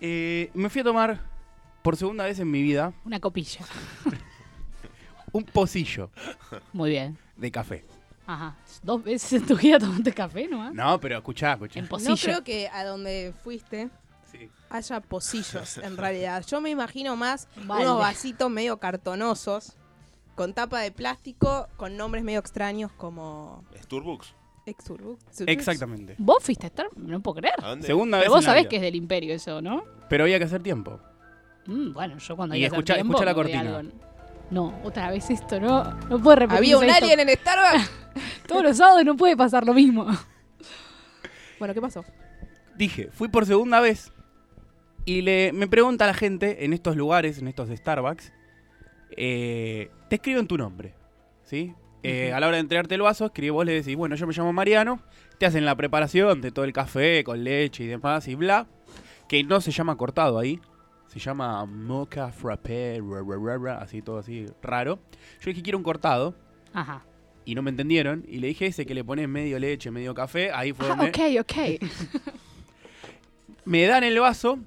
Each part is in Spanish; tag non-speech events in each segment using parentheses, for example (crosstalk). Eh, me fui a tomar, por segunda vez en mi vida, Una copilla. un pocillo Muy bien. de café. Ajá. Dos veces en tu vida tomaste café, ¿no? No, pero escuchá, escuchá. ¿Ah? En No pocillo. creo que a donde fuiste Sí. haya pocillos, en realidad. Yo me imagino más Vale. unos vasitos medio cartonosos, con tapa de plástico, con nombres medio extraños como Starbucks. Exurbu. Exactamente. ¿Vos fuiste a estar? No puedo creer. ¿A dónde? Segunda vez Pero vos en la sabés vida. que es del imperio eso, ¿no? Pero había que hacer tiempo. Mm, bueno, yo cuando Y hay que hacer escuchá- tiempo, escuchá la me voy a cortina. algo- No, otra vez esto, no, no puedo repetir. Había un esto. alien en Starbucks. Todos los sábados no puede pasar lo mismo. (laughs) bueno, ¿qué pasó? Dije, fui por segunda vez y le, me pregunta a la gente en estos lugares, en estos Starbucks, eh, te escriben tu nombre, ¿sí? Eh, A la hora de entregarte el vaso, escribe, vos le decís, bueno, yo me llamo Mariano, te hacen la preparación de todo el café con leche y demás y bla, que no se llama cortado ahí, se llama mocha frappé, ra, ra, ra, ra, así todo así raro. Yo dije, quiero un cortado Ajá. y no me entendieron y le dije ese que le pones medio leche, medio café, ahí fue Ah, donde ok, ok. me dan el vaso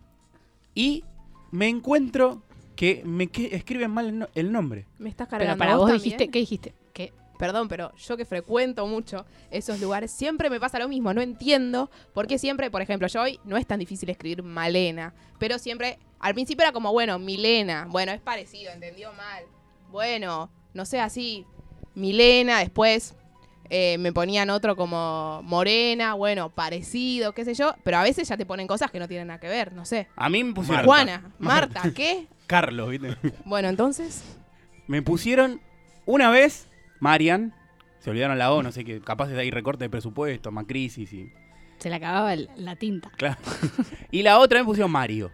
y me encuentro que me que- escriben mal el, no- el nombre. Me estás Pero cargando. para vos también? dijiste, ¿qué dijiste? ¿Qué? Perdón, pero yo que frecuento mucho esos lugares, siempre me pasa lo mismo. No entiendo por qué siempre, por ejemplo, yo hoy no es tan difícil escribir Malena, pero siempre, al principio era como, bueno, Milena, bueno, es parecido, entendió mal. Bueno, no sé, así, Milena, después eh, me ponían otro como Morena, bueno, parecido, qué sé yo, pero a veces ya te ponen cosas que no tienen nada que ver, no sé. A mí me pusieron. (laughs) Juana, Marta, ¿qué? Carlos, ¿viste? Bueno, entonces, me pusieron una vez Marian. Se olvidaron la O, no sé qué. Capaz es ahí recorte de presupuesto, más crisis y. Se le acababa el- la tinta. (laughs) Claro. y la otra me pusieron Mario.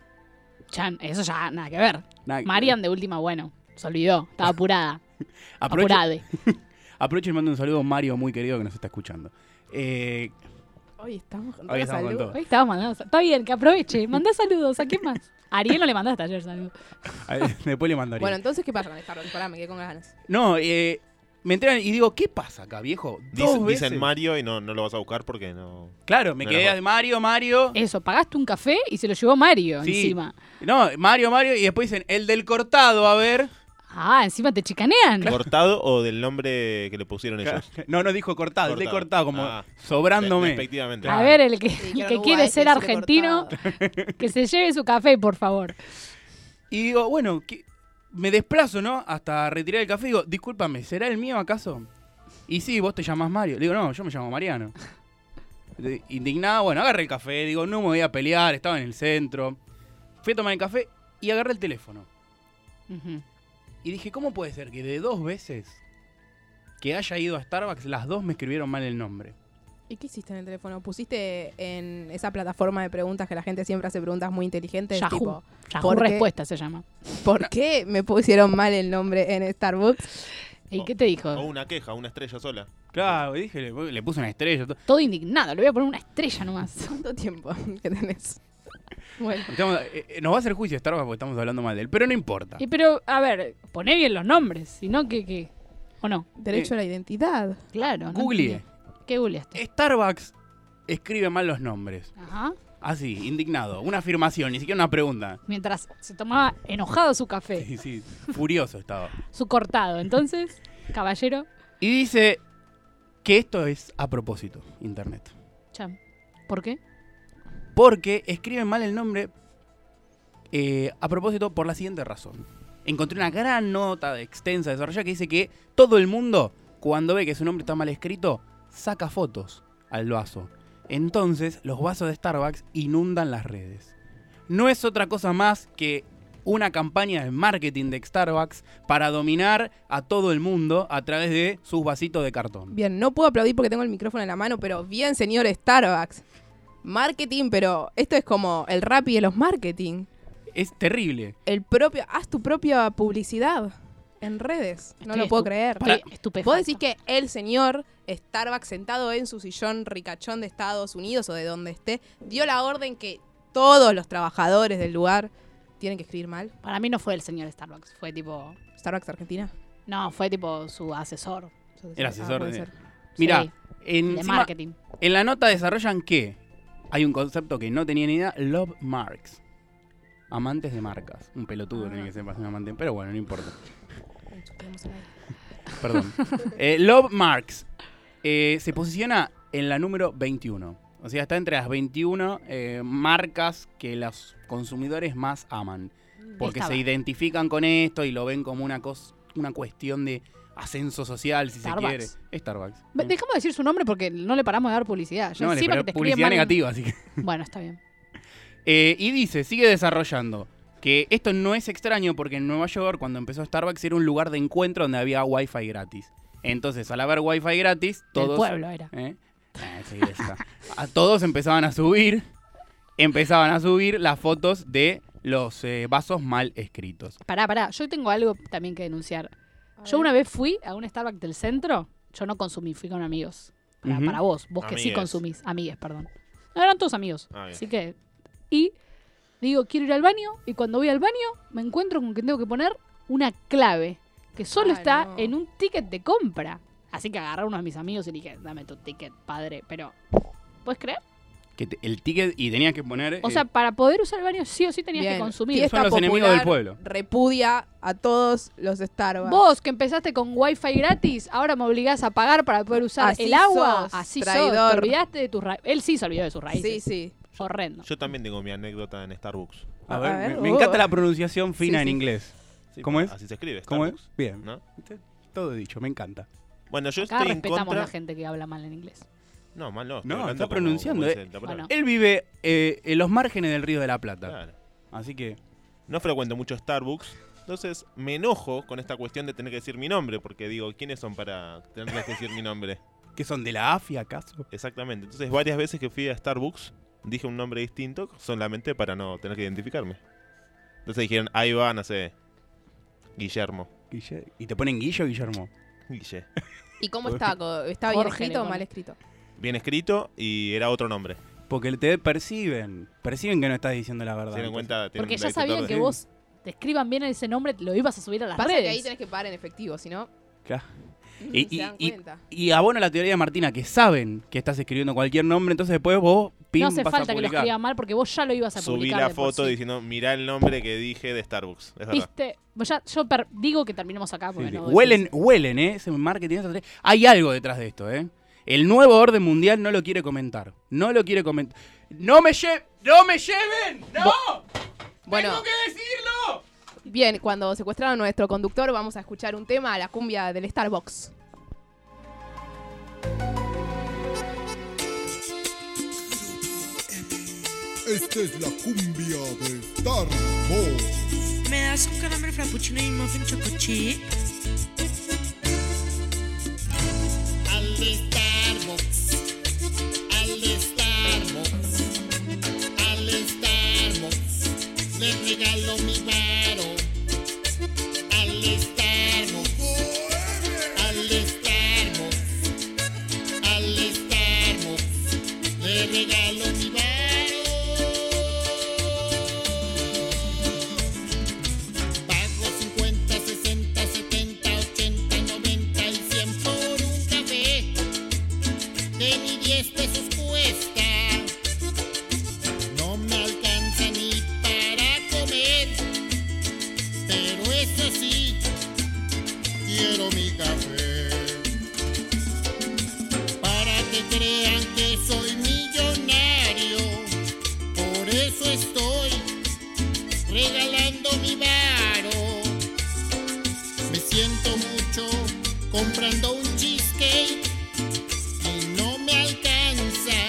Ya, eso ya nada que ver. Nada que- Marian de última, bueno, se olvidó. Estaba apurada. Aprovecho- apurade. aprovecho y mando un saludo a Mario muy querido que nos está escuchando. Eh, (laughs) hoy estamos con Hoy toda la estamos con salud. todo. Ahí estabas mandando. sal- Está bien, que aproveche. Mandá saludos. ¿A quién más? A Ariel no le mandaste ayer saludos. a ver, (laughs) después le mandaría. Bueno, entonces, ¿qué pasa con Starbucks? Pará, me quedé con ganas. No, eh, me enteran y digo, ¿qué pasa acá, viejo? Dos Dicen, veces. dicen Mario y no, no lo vas a buscar porque no. Claro, me No quedé era- de Mario, Mario. Eso, pagaste un café y se lo llevó Mario Sí. encima. No, Mario, Mario, y después dicen, el del cortado, a ver. Ah, encima te chicanean. ¿Cortado o del nombre que le pusieron ellos? (laughs) No, no dijo cortado, el de cortado, Cortado. como Ah. sobrándome. Respectivamente. A ver, el que, (laughs) el dijeron, que "Uh, a quiere este ser se le argentino, cortaba". que se lleve su café, por favor. Y digo, bueno, ¿qué- me desplazo, ¿no? Hasta retirar el café. Digo, discúlpame, ¿será el mío acaso? Y sí, vos te llamás Mario. Digo, no, yo me llamo Mariano. De- Indignada, bueno, agarré el café. Digo, no me voy a pelear, estaba en el centro. Fui a tomar el café y agarré el teléfono. Ujú. Y dije, ¿cómo puede ser que de dos veces que haya ido a Starbucks, las dos me escribieron mal el nombre? (laughs) ¿Y qué hiciste en el teléfono? ¿Pusiste en esa plataforma de preguntas que la gente siempre hace preguntas muy inteligentes? Yahoo. Tipo, Yahoo ¿Por qué? respuesta se llama. ¿por qué me pusieron mal el nombre en Starbucks? ¿Y Oh. O- qué te dijo? O una queja, una estrella sola. Claro, y dije, le, le puse una estrella. todo. Todo indignado, le voy a poner una estrella nomás. ¿Cuánto tiempo (laughs) que tenés? Bueno, Estamos- eh, eh, nos va a hacer juicio Starbucks porque estamos hablando mal de él, pero no importa. Y pero, a ver, poné bien los nombres, si no, que, que. ¿O no? derecho a la identidad. Claro. no Googleé. entendí. ¿Qué googleaste? Starbucks escribe mal los nombres. Eh. Ajá. Así, indignado. Una afirmación, ni siquiera una pregunta. Mientras se tomaba enojado su café, Sí, sí, furioso estaba. su cortado. Entonces, (laughs) caballero, Y dice que esto es a propósito, Internet. ya. ¿Por qué? Porque escriben mal el nombre eh, a propósito por la siguiente razón. Encontré una gran nota de extensa desarrollada que dice que todo el mundo, cuando ve que su nombre está mal escrito, saca fotos al vaso. Entonces, los vasos de Starbucks inundan las redes. No es otra cosa más que una campaña de marketing de Starbucks para dominar a todo el mundo a través de sus vasitos de cartón. Bien, no puedo aplaudir porque tengo el micrófono en la mano, pero bien, señor Starbucks. Marketing, pero esto es como el rap de los marketing. Es terrible. El propio, haz tu propia publicidad en redes. No Estoy lo puedo estu- creer. Estoy estupefacta. Vos decís que el señor Starbucks, sentado en su sillón ricachón de Estados Unidos o de donde esté, dio la orden que todos los trabajadores del lugar tienen que escribir mal. Para mí no fue el señor Starbucks, fue tipo. Starbucks Argentina. Ah, No, fue tipo su asesor. El asesor puede de- ser. Mirá, ah, Sí, en de marketing. En la nota desarrollan que hay un concepto que no tenía ni idea, love marks. Amantes de marcas. Un Ah. pelotudo tiene que ser para ser un amante. Pero bueno, no importa. Chuteamos al aire. (laughs) Perdón. Eh, Love Marks. eh, se posiciona en la número 21. O sea, está entre las 21 eh, marcas que los consumidores más aman. Porque Mm, Estaba. se identifican con esto y lo ven como una, cos- una cuestión de ascenso social, si Starbucks. se quiere. Starbucks. Eh, Ve- Dejamos de decir su nombre porque no le paramos de dar publicidad. Ya No, le- encima pero que te escriben publicidad mal- negativa, así que. Bueno, está bien. Eh, y dice, sigue desarrollando, que esto no es extraño porque en Nueva York, cuando empezó Starbucks, era un lugar de encuentro donde había wifi gratis. Entonces, al haber wifi gratis, Del todos... pueblo era. ¿Eh? Ah, sí, está. A todos empezaban a subir, empezaban a subir las fotos de los eh, vasos mal escritos. Pará, pará. Yo tengo algo también que denunciar. A Yo ver. una vez fui a un Starbucks del centro. Yo no consumí, fui con amigos. Para, Ujú. para vos, vos que sí Amigues. consumís. Amigues, perdón. No, eran todos amigos. Ah, bien. Así que... Y digo, quiero ir al baño. Y cuando voy al baño, me encuentro con que tengo que poner una clave. Que solo Ay, está no. en un ticket de compra. Así que agarré a uno de mis amigos y le dije, dame tu ticket, padre. Pero, ¿puedes creer? Que te- el ticket y tenías que poner... O eh, sea, para poder usar el baño sí o sí tenías Bien. que consumir. Fiesta Son los popular enemigos del pueblo. Repudia a todos los Starbucks. Vos que empezaste con wifi gratis, ahora me obligás a pagar para poder usar Así el agua. sos, Así sos, traidor. te olvidaste de tus raíces. Él sí se olvidó de sus Sí, raíces. sí. Horrendo. Yo también tengo mi anécdota en Starbucks. a ver, a ver, me, me uh. encanta la pronunciación fina Sí, en sí. inglés. Sí, ¿Cómo es? Así se escribe. ¿Cómo es? Starbucks, Bien. ¿no? Todo dicho, me encanta. Bueno, yo Acá estoy en respetamos contra. la gente que habla mal en inglés. No, mal no. estoy No, hablando está como- pronunciando, como dice eh. la palabra. Bueno. Él vive eh, en los márgenes del río de la Plata. Claro. Así que... No frecuento mucho Starbucks. Entonces me enojo con esta cuestión de tener que decir mi nombre, porque digo, ¿quiénes son para tener que decir mi nombre? ¿Que son de la AFI acaso? Exactamente. Entonces varias veces que fui a Starbucks dije un nombre distinto solamente para no tener que identificarme. Entonces dijeron, ahí va, no sé, Guillermo. Guille- ¿Y te ponen Guillo, Guillermo? Guille. ¿Y cómo está? Co- ¿Está bien Jorge le escrito o pone. mal escrito? Bien escrito y era otro nombre. Porque te perciben. Perciben que no estás diciendo la verdad. Se dieron cuenta. tienen Porque un ya detector sabían de- que vos te escriban bien ese nombre, lo ibas a subir a las Pasa redes. que ahí tenés que pagar en efectivo, si no, Claro. no Y- se y- dan y- cuenta. Y abono la teoría de Martina, que saben que estás escribiendo cualquier nombre, entonces después vos pim, no hace vas a falta que lo publicar. escriban mal porque vos ya lo ibas a Subí publicar. la de por foto sí. diciendo, mirá el nombre que dije de Starbucks. Es verdad. Viste, Bueno, ya, yo per- digo que terminemos acá porque Sí, sí. no- Huelen, huelen, ¿eh? Ese marketing. esa- Hay algo detrás de esto, ¿eh? El nuevo orden mundial no lo quiere comentar. No lo quiere comentar. ¡No me lleven! ¡No me lleven! ¡No! Bueno, ¡Tengo que decirlo! bien, cuando secuestraron a nuestro conductor, vamos a escuchar un tema a la cumbia del Starbucks. Esta es la cumbia de Starbucks. ¿Me das un calambre frappuccino y un muffin choco chip? Al Starbucks. Al Starbucks. Al Starbucks. Le regalo mi varo. Al Starbucks. Al Starbucks. Al Starbucks. Le regalo mi varo. Pago 50, 60, 70, 80, 90 y 100 por un café. De mi 10 pesos cuesta. No me alcanza ni para comer. Pero eso sí, quiero mi café. Para que crean que soy millonario. Por eso estoy regalando mi varo. Me siento mucho comprando un cheesecake y no me alcanza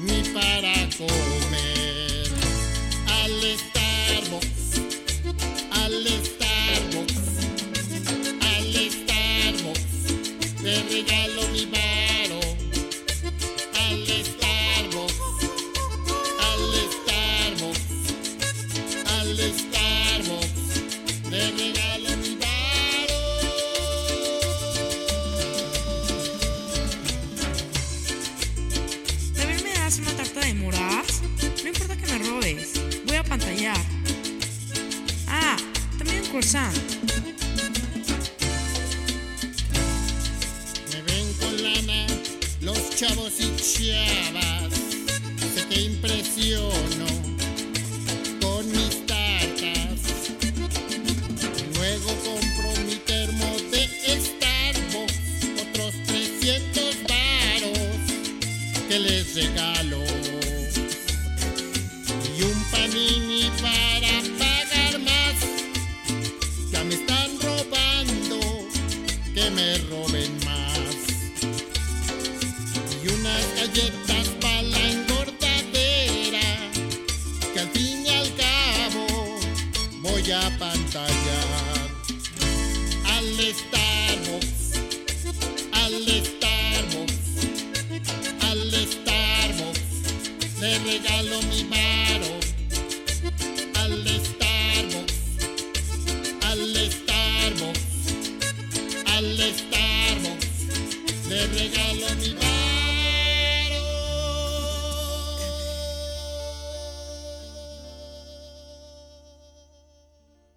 ni para comer. Al Starbucks, al Starbucks, al Starbucks, le regalo mi varo. Al Starbucks, al Starbucks al Starbucks le regalo mi varo. ¿También me das una tarta de moras? No importa que me robes, voy a pantallar. Ah, también un croissant. Me ven con lana los chavos y chavas, sé que impresiono con mis tartas. voy a pantallar.